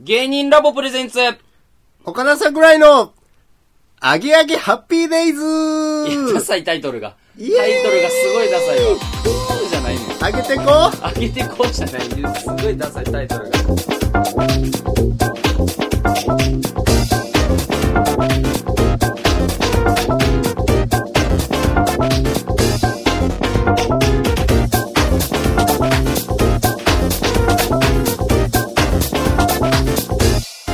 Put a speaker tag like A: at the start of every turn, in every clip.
A: 芸人ラボプレゼンツ
B: 岡田桜井の、あげあげハッピーデイズ
A: いやダサいタイトルが。タ
B: イエーイ
A: イトルがすごいダサいわ。そうじゃないねん。
B: あげてこ
A: あげてこうじゃないねすごいダサいタイトルが。チ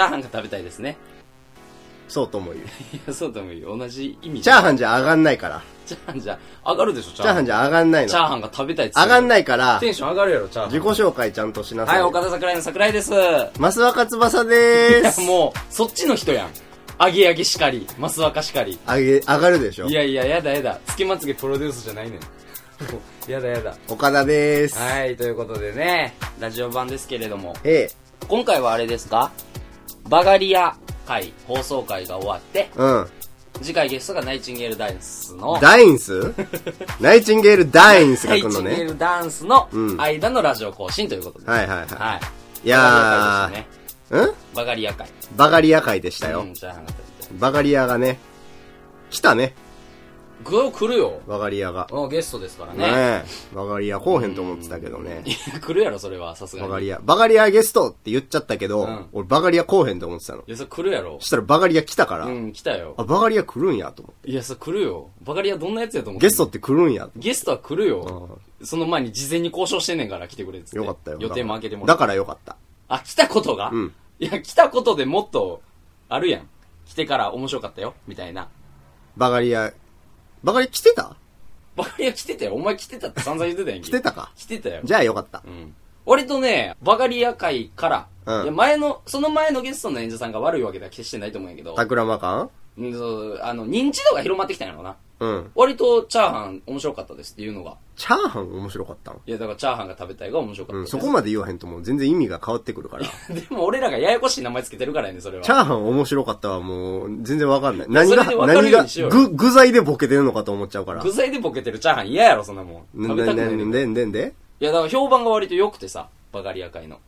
A: ャーハンが食べたいですね。
B: そうとも言う。
A: いや、そうでもいいよ。同じ意味
B: チャーハンじゃ上がんないから。
A: チャーハンじゃ、上がるでしょ、チ
B: チャーハンじゃ上がんないの。
A: チャー
B: 上
A: ハンが食べたいっつって
B: がんないから、
A: テ
B: 自
A: ンション上がるやろ、チャーハン。
B: 己紹介ちゃんとしなさ。
A: はいい、岡田桜井の桜井です。いや、
B: 増若翼でーす。
A: もう、そっちの人やん。あげあげしかり、マスワカしかり。
B: あげ、上がるでしょ
A: い。やいや、やだやだ。つけまつげプロデュースじゃないねん。 やだやだ。
B: 岡田でーす。
A: はい、ということでね、ラジオ版ですけれども、
B: ええ。
A: 今回はあれですかバガリア会、放送会が終わって、
B: うん。
A: 次回ゲストがナイチンゲールダンスの、
B: ダイン スナイチンゲールダインスが
A: ナイ
B: 来
A: チ
B: んの
A: ンゲー
B: ね。
A: ルダンスの
B: うん
A: 間のラジオ更新ということで。
B: はいはいはい
A: はい。
B: いや
A: バガリア会でしたね
B: ー。ん
A: バガリア会。
B: バガリア会でしたよ
A: うん、。チャーハンが食べたい。
B: バガリアがね、来たね。
A: グー来るよ。
B: バガリアが。
A: うんゲストですから
B: ね
A: ね。
B: え。バガリア来おへんと思ってたけどね
A: い。や来るやろ、それは、さすが
B: バ
A: に。
B: ガ
A: い
B: リア。バガリアゲストって言っちゃったけど、
A: ん
B: 俺バガリア来おへんと思ってたの。
A: や、それ来るやろ
B: そ。したらバガリア来たから、
A: うん、来たよ
B: あ、。バガリア来るんやと思って。
A: いや、それ来るよ。バカリアどんなやつやと思ってんの
B: ゲストって来るんや。
A: ゲストは来るよ。その前に事前に交渉してんねんから来てくれっつって。
B: よかったよ。
A: 予定も開けてもら
B: だ
A: って。
B: からよかった。
A: あ、来たことが
B: うん
A: いや、来たことでもっと、あるやん。来てから面白かったよ、みたいな。
B: バガリア、バガリア来てた
A: バカリア来てたよ。お前来てたって散々言ってたやんけ。
B: 来てたか
A: 来てたよ。
B: じゃあよかった
A: う。ん。割とね、バカリア会から、
B: うん
A: いや前の、その前のゲストの演者さんが悪いわけでは決してないと思うんやけど、
B: 桜間館
A: うんそうあの、認知度が広まってきたんやろうな。
B: うん。
A: 割とチャーハン面白かったですっていうのが。
B: チャーハン面白かったの
A: いや、だからチャーハンが食べたいが面白かった
B: う
A: で
B: ん、
A: す。
B: そこまで言わへんともう全然意味が変わってくるから。チ
A: でも俺らがややこしい名前つけてるからやね、それは。
B: ャーハン面白かったはもう全然わかんない。何が
A: それで、わかる
B: 何
A: よう
B: が
A: にしよう、よ
B: 具、具材でボケてるのかと思っちゃうから。
A: 具材でボケてるチャーハン嫌やろ、そんなもん。
B: ん
A: 食べたくないね
B: ん
A: ん
B: でんでんで
A: いや、だから評判が割と良くてさ、バカリア会の。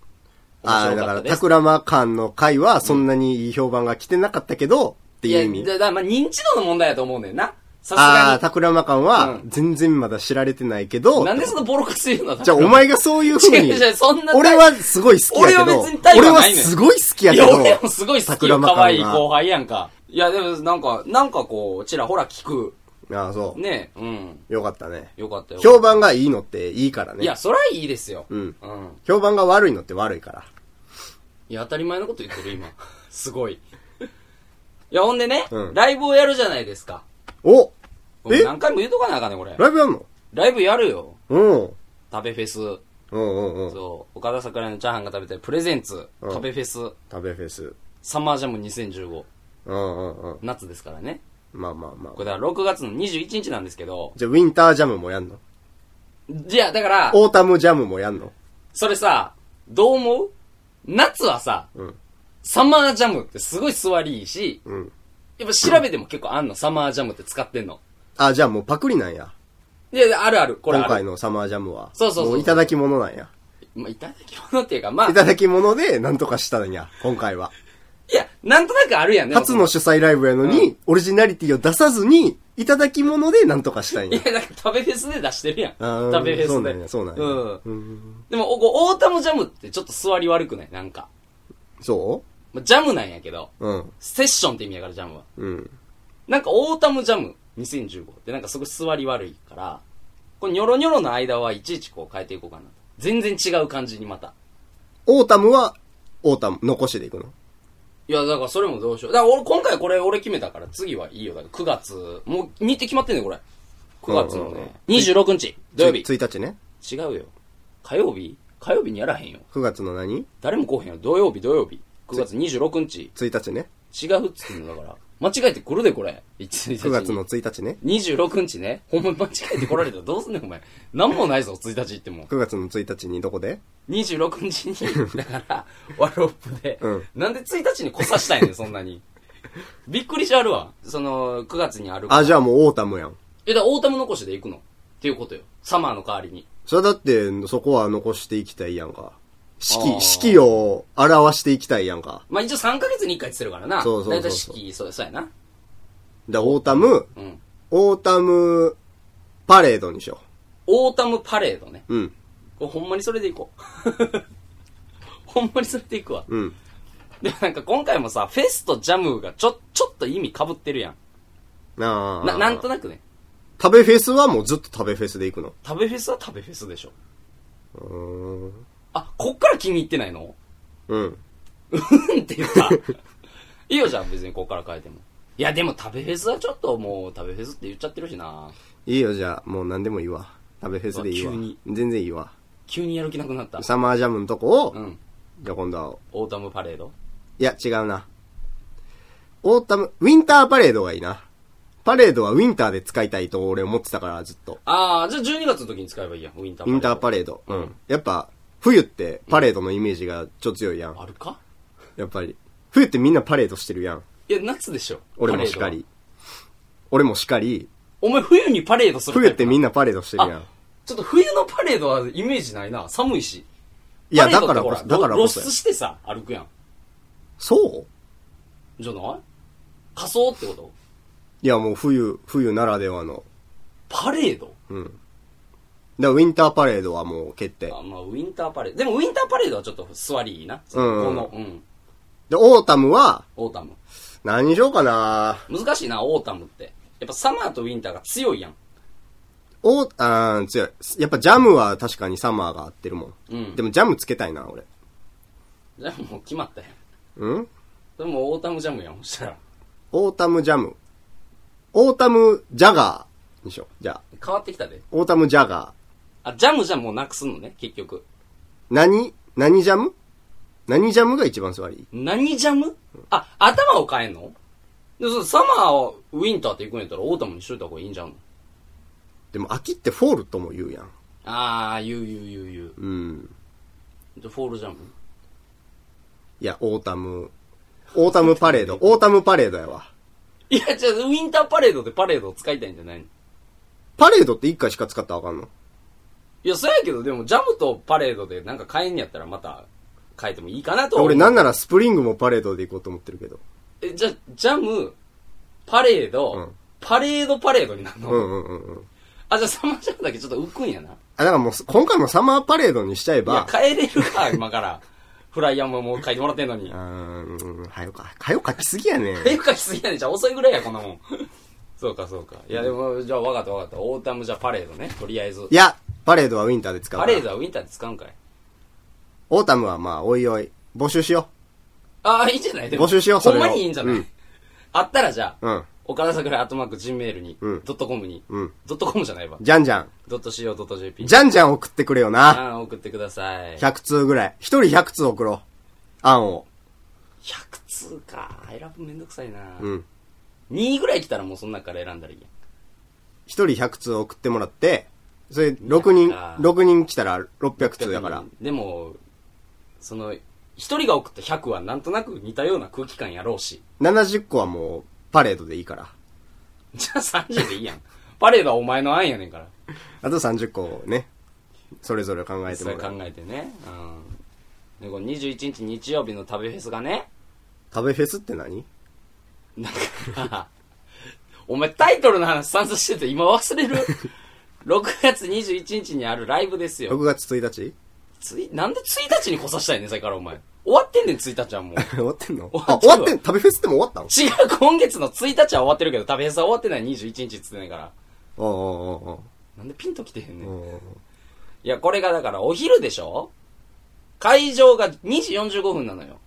A: 面
B: ああ、
A: 白か
B: だか
A: った
B: ら、
A: で
B: タ
A: す。
B: クラマ間の回はそんなにいい評判が来てなかったけど、っていう意味。
A: や、だからまあ認知度の問題やと思うねんな。さす
B: ああ、
A: が
B: タクラマ間は全然まだ知られてないけど、
A: に。なんでそのボロクス言うの
B: じゃあお前がそういう風に
A: 違う違うそんな、
B: 俺はすごい好きやけど、
A: 俺は別に態度はないねん
B: すごい好きや
A: い
B: け
A: や、
B: ど、
A: 俺もすごい好き
B: 桜
A: よ。
B: 間感
A: 可
B: が
A: 愛い後輩やんか。いや、でもなんか、なんかこう、ちらほら聞く。
B: ああ、そう。
A: ねうん。
B: よかったね。
A: よかったよ。
B: 評判がいいのっていいからね。
A: いや、そりゃいいですよ。
B: うん
A: うん。
B: 評判が悪いのって悪いから。
A: いや、当たり前のこと言ってる、今。 すごい。いや、ほんでね、
B: うん
A: ライブをやるじゃないですか。
B: おえ
A: 何回も言うとかなあかんねん、これ。
B: ライブやんの
A: ライブやるよ。
B: うん。
A: 食べフェス。
B: うんうんうん。
A: そう。岡田桜井のチャーハンが食べたいプレゼンツ。
B: うん
A: 食べフェス。
B: 食べフェス。
A: サマージャム2015。
B: うんうんうん。
A: 夏ですからね。
B: まあまあま
A: こ
B: あ。
A: れだから6月の21日なんですけど。
B: じゃあ、ウィンタージャムもやんの
A: じゃあ、だから、
B: オータムジャムもやんの
A: それさ、どう思う夏はさ、
B: うん
A: サマージャムってすごい座りいいし、
B: うん。
A: やっぱ調べても結構あんの、サマージャムって使ってんの。
B: あ、じゃあもうパクリなんや。
A: いやいや、あるある、これあ
B: 今
A: る。
B: 回のサマージャムは。
A: そうそうそう
B: もいただき物なんや。
A: まあ、いただき物っていうか、まあ、
B: いただき物でなんとかしたんや、今回は。
A: いや、なんとなくあるやんね。
B: 初の主催ライブやのに、オリジナリティを出さずに、いただき物でなんとかしたん
A: い
B: や
A: や、。なんか食べフェスで出してるやん。
B: あー
A: 食べフェスで。
B: そうなんや、そうなんや。
A: うん。
B: ん
A: でも、こうオータムジャムってちょっと座り悪くないなんか。
B: そ
A: まあ、ジャムなんやけど、
B: ううん。
A: セッションって意味やから、ジャムは。
B: うん。
A: なんか、オータムジャム2015ってなんかすごい座り悪いから、このニョロニョロの間はいちいちこう変えていこうかなと。全然違う感じにまた。
B: オータムは、オータム、残していくの
A: いや、だからそれもどうしよう。だから俺、今回これ俺決めたから、次はいいよ。だから9月、もう日程決まってんねん、これ。9月の
B: うんうん
A: ね、26日、土曜日。
B: つ1日ね。
A: 違うよ。火曜日火曜日にやらへんよ。
B: 9月の何
A: 誰も来おへんよ。土曜日、土曜日。9月26日。
B: ?1 日ね。
A: 違うっつってんのだから。間違えてくるで、これ。1
B: 9月の。1日ね。
A: 26日ね。ほんま間違えて来られたらどうすんねん、お前。なんもないぞ、1日行っても。
B: 9月の1日にどこで
A: 26日に、だから、ワロップで、
B: うん
A: なんで1日に来さしたいねん、そんなに。びっくりしあるわ。その、9月にあるから。
B: あ、じゃあもうオータムやん。
A: え、だからオータム残しで行くのっていうことよ。サマーの代わりに。
B: それだって、そこは残していきたいやんか。四
A: あー
B: 季、四季を表していきたいやんか。
A: まあ一応3ヶ月に1回って言ってるからな。
B: そうそうそうそう
A: だいたい四季、そうそうやな。
B: で、オータム、
A: うん。
B: オータムパレードにしよ
A: オータムパレードね。
B: う。うん。
A: これほんまにそれでいこう。 ほんまにそれでいくわ。
B: うん。
A: で、なんか今回もさ、フェスとジャムがちょ、ちょっと意味被ってるやん。
B: なあ。
A: な、なんとなくね。
B: 食べフェスはもうずっと食べフェスで行くの。
A: 食べフェスは食べフェスでしょ。
B: うーん。
A: あ、こっから気に入ってないの
B: うん。
A: うんって言った。 いいよじゃん、別にこっから変えても。いや、でも食べフェスはちょっともう、食べフェスって言っちゃってるしな。
B: いいよ、じゃあ、もう何でもいいわ。食べフェスでいいわ。
A: あ急に
B: 全然いいわ。
A: 急にやる気なくなった。
B: サマージャムのとこを、
A: うん。
B: じゃあ今度は、
A: オータムパレード。
B: いや、違うな。オータム、ウィンターパレードがいいな。パレードはウィンターで使いたいと俺思ってたから、ずっと。
A: あー、じゃあ12月の時に使えばいいやん、ウィンターパレード。
B: ウィンターパレード。うん。やっぱ、冬ってパレードのイメージがちょっと強いやん。
A: あるか
B: やっぱり。冬ってみんなパレードしてるやん。
A: いや、夏でしょ。
B: 俺もし
A: パ
B: か
A: レードは
B: り。俺もしかり。
A: お前冬にパレードする
B: 冬ってみん
A: な。
B: なパレードしてるやん
A: あ。ちょっと冬のパレードはイメージないな。寒いし。
B: いや、
A: パレー
B: だ
A: ドっ
B: か
A: て
B: ら
A: ほ
B: こそ、だから
A: 露
B: こそや
A: 出。してさ、歩くやん。
B: そう
A: じゃない仮装ってこと
B: いや、もう冬、冬ならではの。
A: パレード
B: だからウィンターパレードはもう決定。
A: あ、まあ、ウィンターパレード。でも、ウィンターパレードはちょっと座りいいな。
B: うん
A: この、うん。
B: で、オータムは、
A: オータム。
B: 何にしようかな
A: 難しいな、オータムって。やっぱサマーとウィンターが強いやん。
B: お、あー強い。やっぱジャムは確かにサマーが合ってるもん。
A: うん
B: でもジャムつけたいな、俺。
A: じゃあもう決まったやん。
B: うん
A: でもオータムジャムやん、そしたら。
B: オータムジャム。オータムジャガーにしよう。じゃあ、
A: 変わってきたで。
B: オータムジャガー。
A: あ、ジャムじゃもうなくすのね、結局。
B: 何何ジャム何ジャムが一番座り
A: 何ジャムあ、頭を変えんのでもそのサマーをウィンターって行くんやったらオータムにしといた方がいいんじゃんの
B: でも秋ってフォールとも言うやん。
A: あー、言う言う言う言う。
B: うん。
A: じゃあフォールジャム
B: いや、オータム。オータムパレ ード。オータムパレードやわ。
A: いや、じゃあウィンターパレードでパレードを使いたいんじゃないの
B: パレードって一回しか使ったらあかんの
A: いや、そうやけど、でも、ジャムとパレードでなんか変えんやったらまた変えてもいいかなとは思う
B: 俺なんならスプリングもパレードで行こうと思ってるけど。
A: え、じゃ、ジャム、パレード、
B: うん
A: パレードパレードになるの、
B: うんうんうんうん。
A: あ、じゃあサマージャムだけちょっと浮くんやな。
B: あ、だからもう、今回もサマーパレードにしちゃえ
A: いや
B: ば、、
A: 変えれるか、今から。フライヤーももう書いてもらってんのに
B: う。ーん、はよか。はよ書きすぎ やねん。
A: 絵描きすぎやねん。じゃあ遅いぐらいや、こんなもん。そうか、そうか。いや、でも、じゃあ分かった分かった。オータムじゃあパレードね、とりあえず
B: い。や、パレードはウィンターで使うか
A: パ
B: ら。
A: レードはウィンターで使うんかい。
B: オータムはまあ、おいおい。募集しよ
A: ああ、いいんじゃないでも
B: 募集しようそれを
A: ほんまにいいんじゃない、
B: うん
A: あったらじゃあ、
B: う。うん。
A: 岡田桜アットマーク Gmail に、
B: うん
A: ドットコムに、
B: うん
A: ドットコムじゃないわ。
B: じゃんじゃん。
A: ドット CO.jp。
B: じゃんじゃん送ってくれよな。
A: あん送ってください。
B: 100通ぐらい。一人100通送ろう。案を。
A: 100通か。選ぶめんどくさいな。
B: うん。
A: 2位ぐらい来たらもうその中から選んだらいいやん。
B: 一人100通送ってもらって、それ6人
A: いや、
B: 6人来たら600通だから。。
A: でも、その、1人が送った100はなんとなく似たような空気感やろうし。
B: 70個はもう、パレードでいいから。
A: じゃあ30でいいやん。パレードはお前の案やねんから。
B: あと30個をね、それぞれ考えて
A: そ
B: も
A: う考
B: らう。
A: えてね。うん。で、この21日日曜日の食べフェスがね、
B: 食べフェスって何
A: なんか、お前タイトルの話散々してて今忘 れる。6月21日にあるライブですよ。
B: ?6 月1日
A: つい、なんで1日に来さしたいねん、さっきからお前。終わってんねん、1日はもう。
B: 終わってんの
A: 終わ
B: あ、
A: って
B: 終
A: るわ
B: わってん食べフェスってもう終わったの
A: 違う、今月の1日は終わってるけど、食べへさは終わってない21日っつってないから。
B: おうおう
A: なんでピンときてへんね。
B: おうおうんおう
A: いや、これがだからお昼でしょ会場が2時45分なのよ。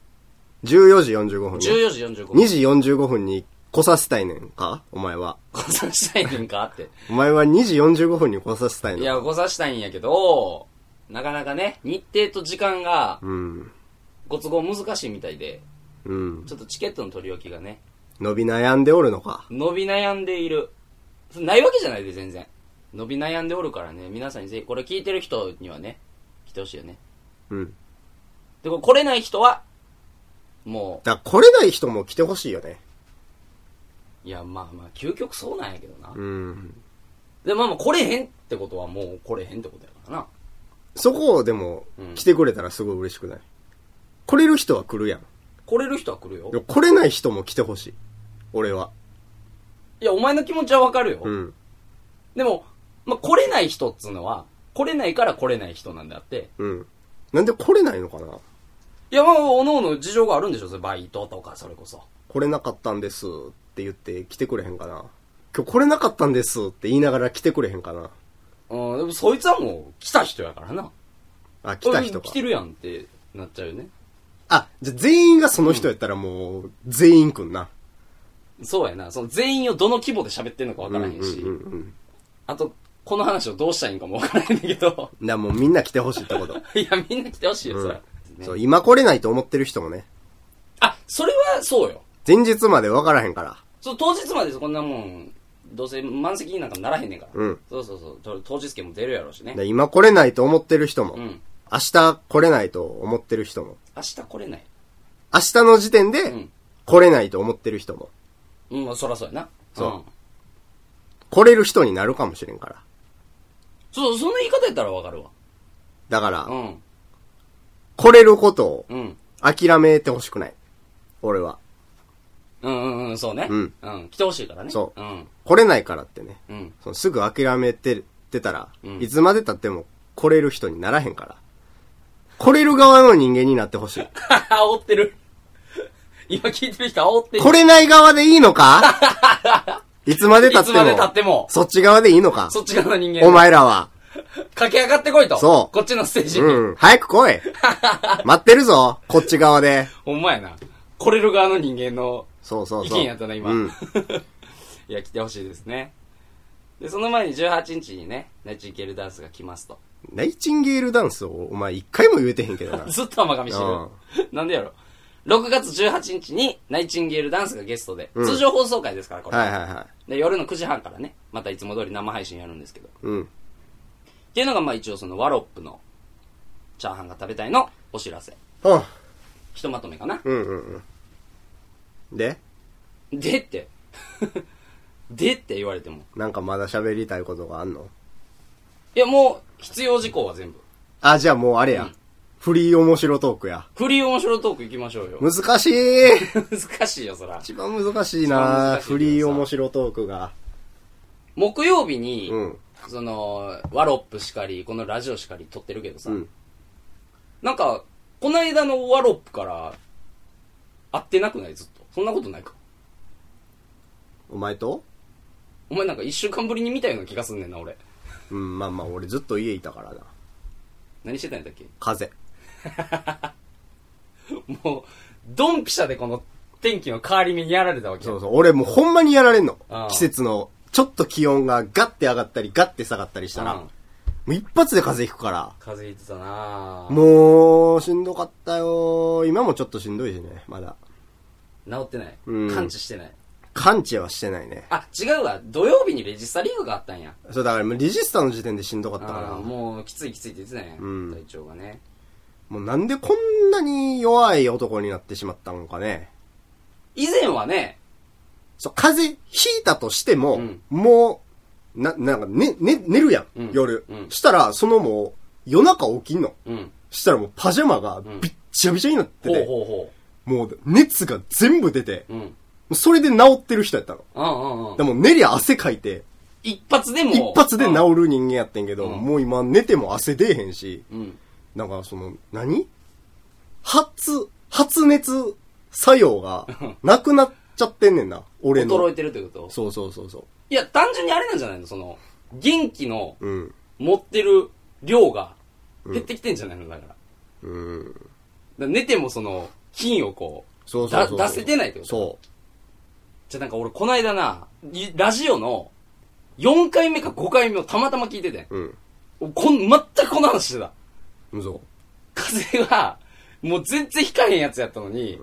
B: 14時45分ね。
A: 14時45分。
B: 2時45分に来させたいねんかお前は。
A: 誤差したいねんか って。
B: お前は2時45分に来させたいの
A: いや、誤差したいんやけど、なかなかね、日程と時間が
B: うん。
A: ご都合難しいみたいで、
B: うん。
A: ちょっとチケットの取り置きがね、
B: 伸び悩んでおるのか。
A: 伸び悩んでいる。それないわけじゃないで、全然。伸び悩んでおるからね、皆さんにぜひ、これ聞いてる人にはね、来てほしいよね。
B: うん。
A: で、これ来れない人は、も
B: だから来れない人も来てほしいよね。
A: う、いや、まあまあ、究極そうなんやけどな。
B: うん。
A: で、まあまあ、来れへんってことはもう来れへんってことやからな。
B: そこをでも
A: うん
B: 来てくれたらすごい嬉しくない、来れる人は来るやん。
A: 来れる人は来るよ
B: で。も来れない人も来てほしい。俺は。
A: いや、お前の気持ちはわかるよ。
B: うん。
A: でも、まあ、来れない人っつうのは、来れないから来れない人なんであって、
B: うん。なんで来れないのかない
A: や、まあ、おのおの事情があるんでしょそれバイトとか、それこそ。
B: 来れなかったんですって言って来てくれへんかな今日来れなかったんですって言いながら来てくれへんかな
A: うん、でもそいつはもう、来た人やからな。
B: あ、来た人
A: うん
B: か
A: 来。てるやんってなっちゃうよね。
B: あ、じゃあ全員がその人やったらもう全員来んな。
A: そうやな。その全員をどの規模で喋ってんのかわからへんし、
B: うんうんうんうん。
A: あと、この話をどうしたらいいんかもわからへんだけど、
B: だからもうみんな来てほしいっ てこと。
A: いや、みんな来てほしいよ、それ、ね
B: そう、今来れないと思ってる人もね、
A: あ、それはそうよ。
B: 前日まで分からへんから。
A: そう、当日までこんなもん、どうせ満席になんかならへんねんから。
B: うん
A: そうそうそうと。当日券も出るやろうしね
B: だか。ら今来れないと思ってる人も、
A: うん。
B: 明日来れないと思ってる人も、
A: 明日来れない。
B: 明日の時点
A: う
B: で
A: ん
B: 来れないと思ってる人も、
A: うん、まあ、そらそうやな。。
B: そうん来れる人になるかもしれんから。
A: そう、その言い方やったらわかるわ。
B: だから、
A: うん。
B: 来れることを
A: うん。
B: 諦めてほしくない。俺は。
A: うんうんうん、そうね。
B: うん。
A: うん。来てほしいからね。
B: そう
A: うん。
B: 来れないからってね、
A: うん。
B: そのすぐ諦めててたら、
A: うん
B: いつまで経っても来れる人にならへんから。来れる側の人間になってほ しい。
A: 煽ってる。今聞いてる人煽ってる。
B: 来れない側でいいの かいつまで経っても。
A: いつまで経っても
B: そっち側でいいのか
A: そっち側の人間。
B: お。前らは。
A: 駆け上がってこいと。
B: そう
A: こっちのステージに。
B: うん。早く 来い。待ってるぞ。こっち側で。
A: ほんまやな。来れる側の人間の
B: そうそう
A: 意
B: そう。
A: 見やったな、今。
B: うん。
A: いや、来てほしいですね。で、その前に18日にね、ナイチンゲールダンスが来ますと。。
B: ナイチンゲールダンスをお前一回も言えてへんけどな
A: ずっと甘噛みしてる。なんでやろ。6月18日にナイチンゲールダンスがゲストで、
B: うん
A: 通常放送回ですから、これ。
B: はいはいはい。
A: で、夜の9時半からね、またいつも通り生配信やるんですけど。っ
B: うん。
A: ていうのが、まあ一応そのワロップのチャーハンが食べたいのお知らせ。
B: あ
A: ひとまとめかな。
B: うんうんうん。で
A: でって。 でって言われても。
B: なんかまだ喋りたいことがあんの
A: いや、もう、必要事項は全部。
B: あ、じゃあもうあれや。
A: うん
B: フリー面白トークや。
A: フリー面白トーク行きましょうよ。
B: 難 しい
A: 難しいよ、そら。
B: 一番難しい
A: 一番難
B: な
A: しいけどさ
B: フリー面白トークが。
A: 木曜日に、
B: うん。
A: その、ワロップしかり、このラジオしかり撮ってるけどさ、
B: うん。
A: なんか、この間のワロップから、会ってなくないずっと。そんなことないか。
B: お前と
A: お前なんか一週間ぶりに見たような気がすんねんな、俺。
B: うん、まあまあ俺ずっと家いたからな。
A: 何してたんやったっけ
B: 風邪。
A: もう、ドンピシャでこの天気の変わり目にやられたわけ
B: そ
A: よ。
B: うそう。俺もうほんまにやられんの
A: ああ。
B: 季節の、ちょっと気温がガッて上がったりガッて下がったりしたら、
A: うん
B: もう一発で風邪ひくから、
A: 風邪ひいてたなぁ
B: もう、しんどかったよ今もちょっとしんどいしね、まだ。
A: 治ってない。
B: うん
A: 完治してない。
B: 完治はしてないね。
A: あ、違うわ。土曜日にレジスタリングがあったんや。
B: そう、だからもうリジスタの時点でしんどかったから
A: ああ、
B: も
A: もうきついきついって言ってたんや。
B: うん
A: 体調がね。
B: うなんでこんなに弱い男になってしまったのかね。
A: 以前はね、
B: そう、風邪ひいたとしても、
A: うん
B: もう、な、なんか、ね、ね、寝るやん、
A: うん
B: 夜、
A: うん
B: したら、そのもう、夜中起きんの。
A: うん。
B: したらもうパジャマが
A: ん
B: びっちゃびちゃになって
A: ほう
B: て、
A: ほうほ
B: もう熱が全部出て、
A: う。うん。
B: それで治ってる人やったの。
A: うんうんうん
B: で。も寝りゃ汗かいて、
A: 一発でも。
B: 一発で
A: る。
B: 治る人間やってんけど、
A: うん
B: もう今寝ても汗出えへんし、
A: うん。
B: なんかその、何発、発熱作用がなくなっちゃってんねんな、俺の。
A: 衰えてるってこと
B: そうそうそうそ
A: いや、単純にあれなんじゃないのその、元気の
B: う。うん。
A: 持ってる量が減ってきてんじゃないのだから。だか
B: うん。
A: ら寝てもその、菌をこう、
B: そうそうそう。
A: だ出せてないってこと
B: そう。
A: じゃあなんか俺この間な、いラジオの4回目か5回目をたまたま聞いてて。
B: うん。
A: こん、全くこの話してた。
B: そう。
A: 風邪は、もう全然引かへんやつやったのに、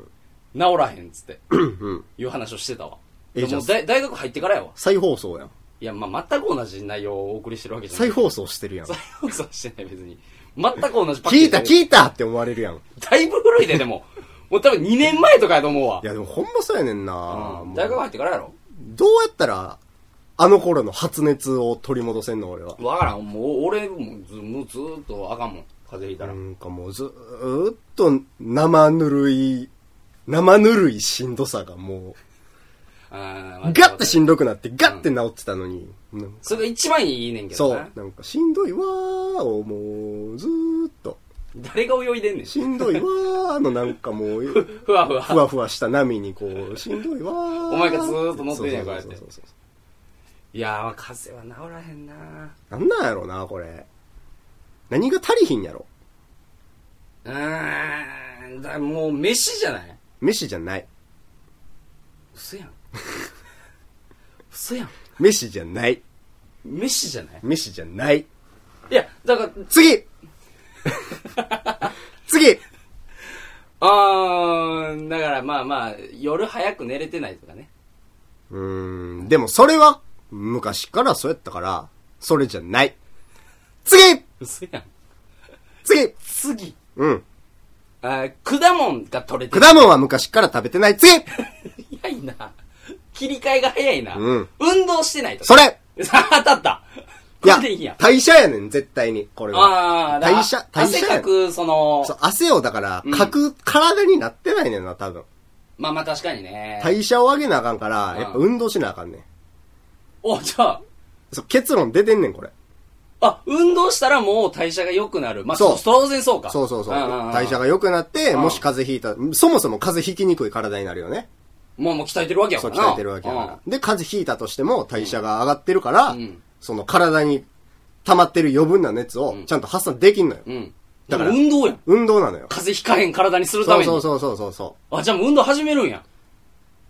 A: 治らへんっつって、
B: うん。
A: いう話をしてたわ。
B: ええじゃん
A: もう大大学入ってからやわ。
B: 再放送やん。
A: いや、まあ、全く同じ内容をお送りしてるわけじゃない。
B: 再放送してるやん。
A: 再放送はしてない別に。全く同じパッケー
B: 聞
A: ジ。
B: いた聞いたって思われるやん。い
A: だいぶ古いで、でも。もう多分2年前とかやと思うわ。
B: やでもほんまそうやねんな、
A: う
B: も
A: ん
B: う
A: 大学入ってからやろ。
B: どうやったらあの頃の発熱を取り戻せんの、俺は。
A: わからん。もう、俺もず、もうずーっとあかんもん。風邪ひいた
B: な
A: ら。
B: んかもうずーっと生ぬるい、生ぬるいしんどさがも
A: あ
B: う、ガッてし
A: ん
B: んどくなって、ガッて治ってたのに、なんか
A: それが一番いいねんけ
B: そ
A: ど
B: う
A: な。。
B: なんかしんどいわーをもう、ずーっと。
A: 誰が泳いでんねん。
B: しんどいわーのなんかもう、
A: ふわふわ。
B: ふわふわした波に こう、しんどいわー。
A: お前がずーっと乗ってんやんこうやって
B: そうそうそうそう
A: いやー、風邪は治らへんな
B: なんなんやろな、これ。何が足りひんやろ。
A: うーん。だもう、飯じゃない
B: 飯じゃない。
A: 嘘やん。 嘘やん。
B: 飯じゃない。
A: 飯じゃない
B: 飯じゃない。
A: いや、だから、
B: 次次
A: あー、だからまあまあ、夜早く寝れてないとかね。
B: うーん、でもそれは、昔からそうやったから、それじゃない。次
A: 嘘やん。
B: 次
A: 次。
B: うん。
A: あー果物が取れてる。
B: 果物は昔から食べてない。次
A: 早いな。切り替えが早いな。
B: うん
A: 運動してないと
B: そ
A: か。
B: れ
A: そ 当たった。
B: い
A: こ
B: や
A: れでいいやん。、
B: 代謝やねん、絶対に。これ
A: あ
B: は。
A: ー、だ
B: 代謝、代
A: 汗
B: 謝や
A: か
B: ねん。
A: く、その、
B: そう、汗をだから
A: うん、
B: かく体になってないねんな、多分。
A: まあまあ確かにね。
B: 代謝を上げなあかんから
A: う、ん
B: やっぱ運動しなあかんねん。
A: お、じゃあ、
B: そう、結論出てんねん、これ。
A: あ、運動したらもう代謝が良くなる。まあ、
B: そう
A: そ当然そうか。
B: そうそうそう。
A: んんん
B: 代謝が良くなって、
A: うん
B: もし風邪ひいた、そもそも風邪ひきにくい体になるよね。
A: もう、もう鍛えてるわけや
B: そ
A: か
B: う、
A: らな。
B: 鍛えてるわけやから。で、風邪ひいたとしても代謝が上がってるか
A: う
B: ら
A: ん、
B: その体に溜まってる余分な熱をちゃんと発散できんのよ。
A: うん。うん。だ
B: だ
A: か
B: からら
A: 運動やん。
B: 運動なのよ。
A: 風邪ひかへん体にするた
B: そ
A: め
B: う
A: に。
B: そうそうそうそうそ
A: あ、じゃあもう運動始めるんや。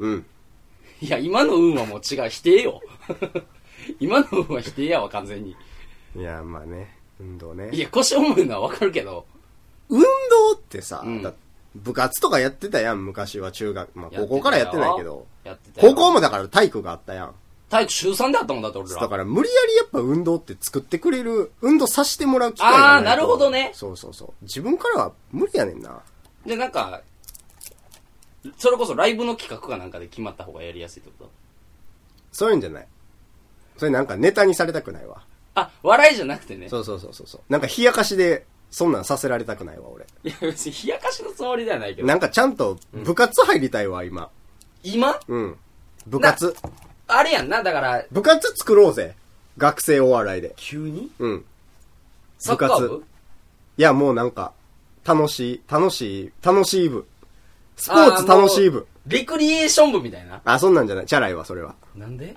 B: う。うん。
A: いや、今の運はもう違う。否定よ。 今の運は否定やわ、完全に。
B: いや、まあね。運動ね。
A: いや、腰重いのはわかるけど。
B: 運動ってさ、
A: うん
B: だ部活とかやってたやん、昔は中学。まあ、
A: やってたよ
B: 高校からやってないけど。
A: やってたよ
B: 高校もだから体育があったやん。
A: 体育週3であったもんだって、俺
B: だ
A: ら。
B: から無理やりやっぱ運動って作ってくれる、運動させてもらう機会がい
A: あーなるほどね
B: そうそうそう。自分からは無理やねんな。
A: で、なんか、それこそライブの企画かなんかで決まった方がやりやすいってこと
B: そういうんじゃない。それなんかネタにされたくないわ。
A: あ、笑いじゃなくてね。
B: そうそうそうそうそう。なんか冷やかしで、そんなんさせられたくないわ、俺。
A: いや、別に冷やかしのつもりではないけど。
B: なんかちゃんと部活入りたいわ、今。
A: 今
B: うん。部活。
A: あれやんな、だから、
B: 部活作ろうぜ。学生お笑いで。
A: 急に
B: うん。
A: サッカー部
B: 部いや、もうなんか、楽しい、楽しい、楽しい部。スポーツ楽しい部。
A: レクリエーション部みたいな。
B: あそんなんじゃない。チャラいわ、それは。
A: なんで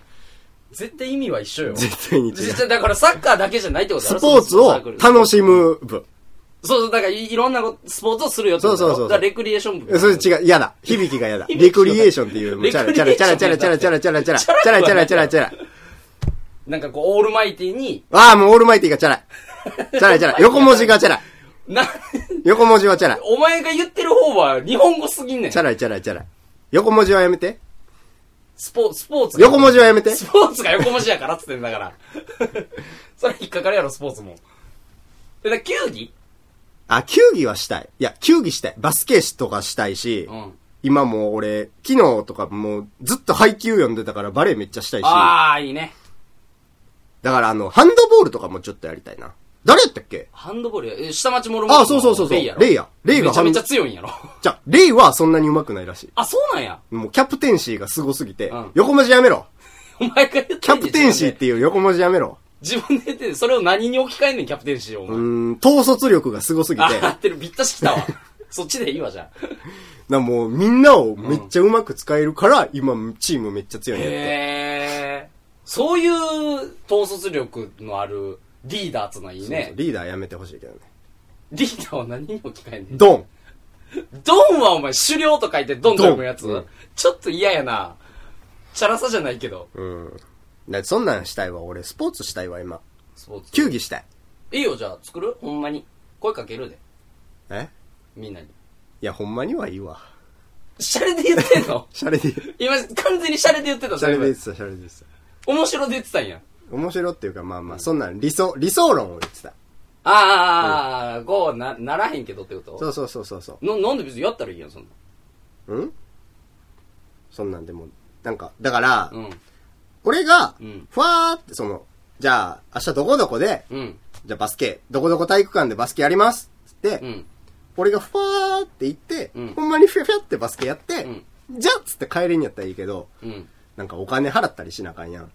A: 絶対意味は一緒よ。
B: 絶対に違
A: 絶
B: う。
A: 対だからサッカーだけじゃないってことだ
B: ス
A: ろ
B: ポーツを楽し。む部。
A: そうそう、だからいいろんなことスポーツをするよってことだろ
B: そうそうそうそう
A: だからレクリエーション部。
B: えそれ違う。嫌だ。響きが嫌だ。レクリエーションっていう、もうチャラチャラチャラチャラチャラチャラチャラチャラ。チャラチャラチャラチャラ。
A: なんかこう、オールマイティに、
B: ああ、もうオールマイティがチャラい。チャラ いチャラい。横文字がチャラい。
A: な、
B: 横文字はチャラい。
A: お前が言ってる方は日本語すぎんねん。
B: チャラいチャラいチャラい。横文字はやめて。
A: スポ、スポーツが。
B: 横文字はやめて。
A: スポーツが横文字やからっつってんだ から。それ引っかかるやろ、スポーツも。で、だから球技
B: あ、球技はしたい。いや、球技したい。バスケとかしたいし、
A: うん。
B: 今もう俺、昨日とかもうずっと配球読んでたからバレーめっちゃしたいし、だ
A: ああ、いいね。
B: からあの、ハンドボールとかもちょっとやりたいな。誰やったっけ
A: ハンドボールや、え下町もろもろ。
B: あ、そうそうそうそう。
A: レ
B: レ
A: イ
B: イ
A: や
B: や。
A: ろ。
B: レイが
A: めちゃ
B: ハン
A: め
B: ド
A: ちゃ強いんやろ。
B: じゃあ、レイはそんなに上手くないらし
A: あ、そうなんや。
B: い。もうキャプテンシーが凄すぎて、
A: うん
B: 横文字やめろ。
A: お前が言ってんねん
B: キャプテンシーっていう横文字やめろ。
A: 自分で言ってて、それを何に置き換えんねん、キャプテンシーを。お
B: う
A: 前
B: ーん、統率力が凄 すぎて、だ
A: あ、合
B: か
A: ってる。ぴったし来 たわ。そっちでいいわ、じゃあ。
B: らもうみんなをめっちゃ上手く使えるから、今チームめっちゃ強いんだって。
A: へえ。そういう統率力のあるリーダーっつうのはいい
B: そうそう
A: ね。
B: リーダーやめてほしいけどね。
A: リーダーは何に置き換えんねん。
B: ドン
A: ドンはお前、狩猟と書いてドンと読むやつ
B: ドンうん。
A: ちょっと嫌やな。チャラさじゃないけど。
B: うん。だからそんなんしたいわ、俺。スポーツしたいわ、今。
A: スポーツ。
B: 球技したい。
A: いいよ、じゃあ作るほんまに。声かけるで。
B: え
A: みんなに。
B: いや、ほんまにはいいわ。
A: シャレで言ってん の
B: シャレで、 シ
A: 今、完全にシャレで言ってた、
B: ャレ
A: 全
B: で言
A: 部
B: ってた、シャレで言ってた。
A: 面白で言ってたんや。
B: 面白っていうか、まあまあ、そんなん理想、理想論を言ってた。
A: ああ、こうな、ならへんけどってこと
B: そうそうそうそうそ
A: ななんで別にやったらいいやん、そんな。
B: う。うんそんなんでも、なんか、だから、
A: うん。
B: 俺が
A: うん、
B: ふわーってその、じゃあ、明日どこどこで、
A: うん。
B: じゃあバスケ、どこどこ体育館でバスケやりますっつって、
A: うん。
B: 俺がふわーって行って、
A: うん
B: ほんまにふやふやってバスケやって、
A: うん
B: じゃっつって帰れんやったらいいけど、
A: うん。
B: なんかお金払ったりしなあかんやん。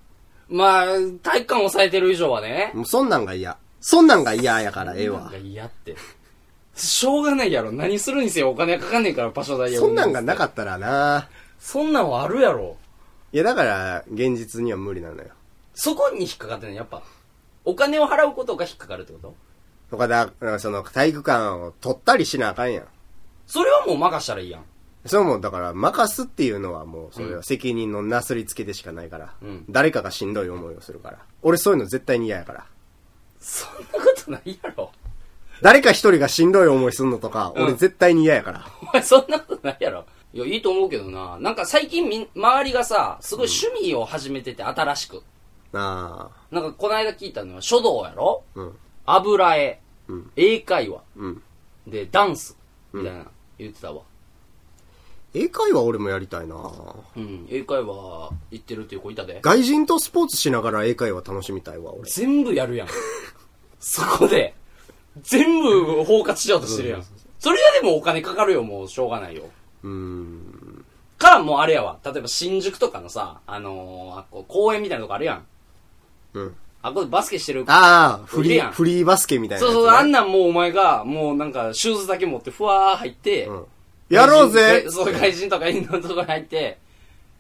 A: まあ、体育館抑えてる以上はね。
B: もうそんなんが嫌。そんなんが嫌やからええ
A: なん
B: わ
A: か。嫌って。しょうがないやろ。何するにせよお金かかんねえから場所代や
B: そんなんがなか
A: っ
B: ったらな
A: そんなんはあるやろ。
B: いやだから、現実には無理なのよ。
A: そこに引っかかってんのやっぱ。お金を払うことが引っかかるってこと
B: とかだ、その体育館を取ったりしなあかんやん。
A: それはもう任したらいいやん。
B: それはもうだから、任すっていうのはもう、それ
A: う
B: は責任のなすりつけてしかないから、
A: うん
B: 誰かがしんどい思いをするから。俺そういうの絶対に嫌やから。
A: そんなことないやろ。
B: 誰か一人がしんどい思いするのとか、
A: うん
B: 俺絶対に嫌やから。
A: お前そんなことないやろ。いや、いいと思うけどな。なんか最近みん、周りがさ、すごい趣味を始めてて、新しく。
B: ああ、
A: なんかこの間聞いたのは、書道やろ
B: うん、
A: 油絵、
B: うん
A: 英会話、
B: うん。
A: で、ダンス、みたいな、言ってたわ。
B: 英会話俺もやりたいな
A: うん、英会話行ってるっていう子いたで。
B: 外人とスポーツしながら英会話楽しみたいわ、俺。
A: 全部やるやん。そこで、全部包括しようとしてるやん。それがでもお金かかるよ、もうしょうがないよ。
B: うーん。
A: からもうあれやわ。例えば新宿とかのさ、あのーあこう公園みたいなとこあるやん。
B: うん。
A: あ、これバスケしてる。
B: ああ、フ
A: いる
B: リ
A: や
B: ー、
A: ん
B: フリーバスケみたいな
A: そう
B: やつね、
A: そう、あんなんもうお前が、もうなんか、シューズだけ持って、ふわー入って、
B: うんやろう
A: 外
B: ぜ
A: 人そう、外人とかインドのとこに入って、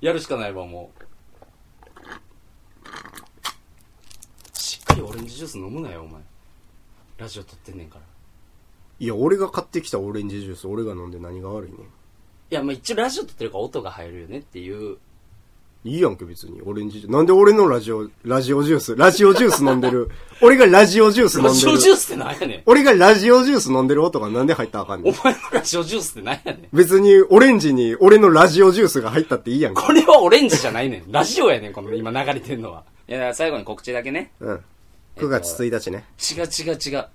A: やるしかないわ、もう。しっかりオレンジジュース飲むなよ、お前。ラジオ撮ってんねんから。
B: いや、俺が買ってきたオレンジジュース、俺が飲んで何が悪いねん
A: いや、まあ一応ラジオ撮ってるから音が入るよねっていう。
B: いいやんけ、別に。オレンジジュース。なんで俺のラジオ、ラジオジュース、ラジオジュース飲んで る。俺がラジオジュース飲んで
A: ラ
B: る。
A: ジオジュースってなんやねん。
B: 俺がラジオジュース飲んでる音がなんで入ったらあかん
A: お
B: ねん。
A: 前のラジオジュースってなんやねん。
B: 別に、オレンジに俺のラジオジュースが入ったっていいやんけ。
A: これはオレンジじゃないねん。ラジオやねん、この今流れてんのは。いや、最後に告知だけね。
B: うん。9月1日ね。
A: 違う違う違う。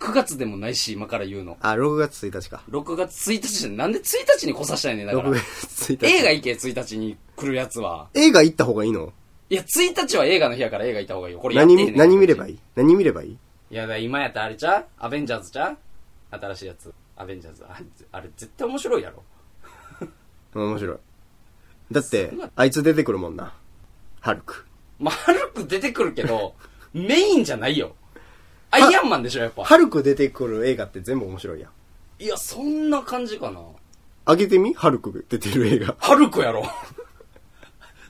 A: 9月でもないし、今から言うの。
B: あ、6月1日か。
A: 6月1日で、なんで1日に来させたいねん、だか
B: 6
A: ら。
B: 月1日。
A: 映画行け、1日に来るやつは。
B: 映画行った方がいいの
A: いや、1日は映画の日やから映画行った方がいいよ。これやって
B: 何
A: へんねん
B: 見、何見れば
A: い
B: いい何見ればいい
A: いや、だから今やったらあれちゃうアベンジャーズちゃう新しいやつ。アベンジャーズ。あれ、あれ絶対面白いやろ。
B: うん面白い。だって、あいつ出てくるもんな。ハルク。
A: まあ、ハルク出てくるけど、メインじゃないよ。アイアンマンでしょ、やっぱ。
B: ハルク出てくる映画って全部面白いやん。
A: いや、そんな感じかな。
B: あげてみハルク出てる映画。
A: ハルクやろ。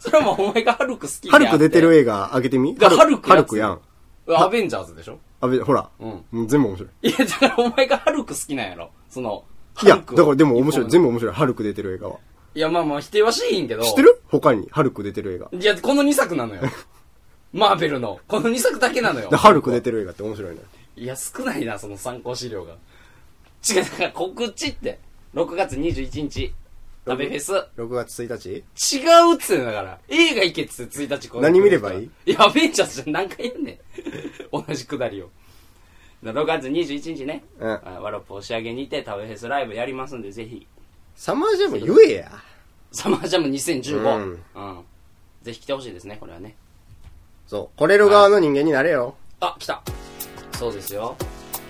A: それはもうお前がハルク好きであ
B: ハ
A: って
B: ルク出てる映画あげてみ
A: がハルクやつ
B: ハルクやん。
A: アベンジャーズでしょ
B: あべ、ほら。
A: うん
B: もう全部面白い。
A: いや、だからお前がハルク好きなんやろ。その、
B: いや、だからでも面白い。全
A: 部。
B: 部面白い。ハルク出てる映画は。
A: いや、まあまあ否定はしいんけど。
B: 知ってる他に、ハルク出てる映画。
A: いや、この2作 なのよ。マーベルの。この2作だけなのよ。
B: でハルク出てる映画って面白いのよ。
A: いや、少ないな、その参考資料が。違う、だから告知って。6月21日、食べフェス。
B: 6月1日
A: 違うっつってんだから。映画行けっつって1日こう
B: 何見ればいい
A: いや、アベンジャーズじゃ何回やんねん。 同じくだりを。6月21日ね、
B: うん
A: あワロップ押し上げにて食べフェスライブやりますんで、ぜひ。
B: サマージャム言えや。
A: サマージャム2015。
B: うん
A: うん。ぜひ来てほしいですね、これはね。
B: そう。来れる側の人間になれよ。
A: あ、来た。そうですよ。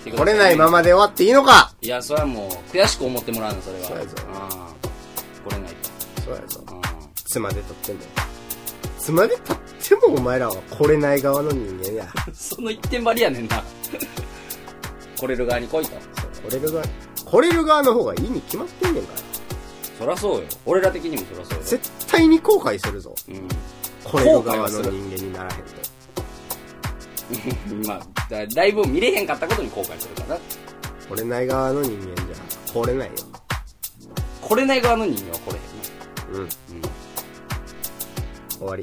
A: 来てくだ
B: 来
A: さ
B: れないま
A: ね。
B: まで終わっていいのか
A: いや、それはもう、悔しく思ってもらうの、それは。
B: そうやぞ
A: うん。来れない
B: そうやぞ。
A: と。うん。
B: つまでとっても。つまでとってもお前らは来れない側の人間や。
A: その一点張りやねんな。 来れる側に来いと。
B: 来れる側、来れる側の方がいいに決まってんねんから。
A: そらそうよ。俺ら的にもそらそうよ。
B: 絶対に後悔するぞ。
A: う
B: 来れる側の人間にならへんと。
A: ん。まあ、だライブを見れへんかったことに後悔するからな。
B: 来れない側の人間じゃ、来れないよ。
A: 来れない側の人間は来れへんな。
B: うん。終わり。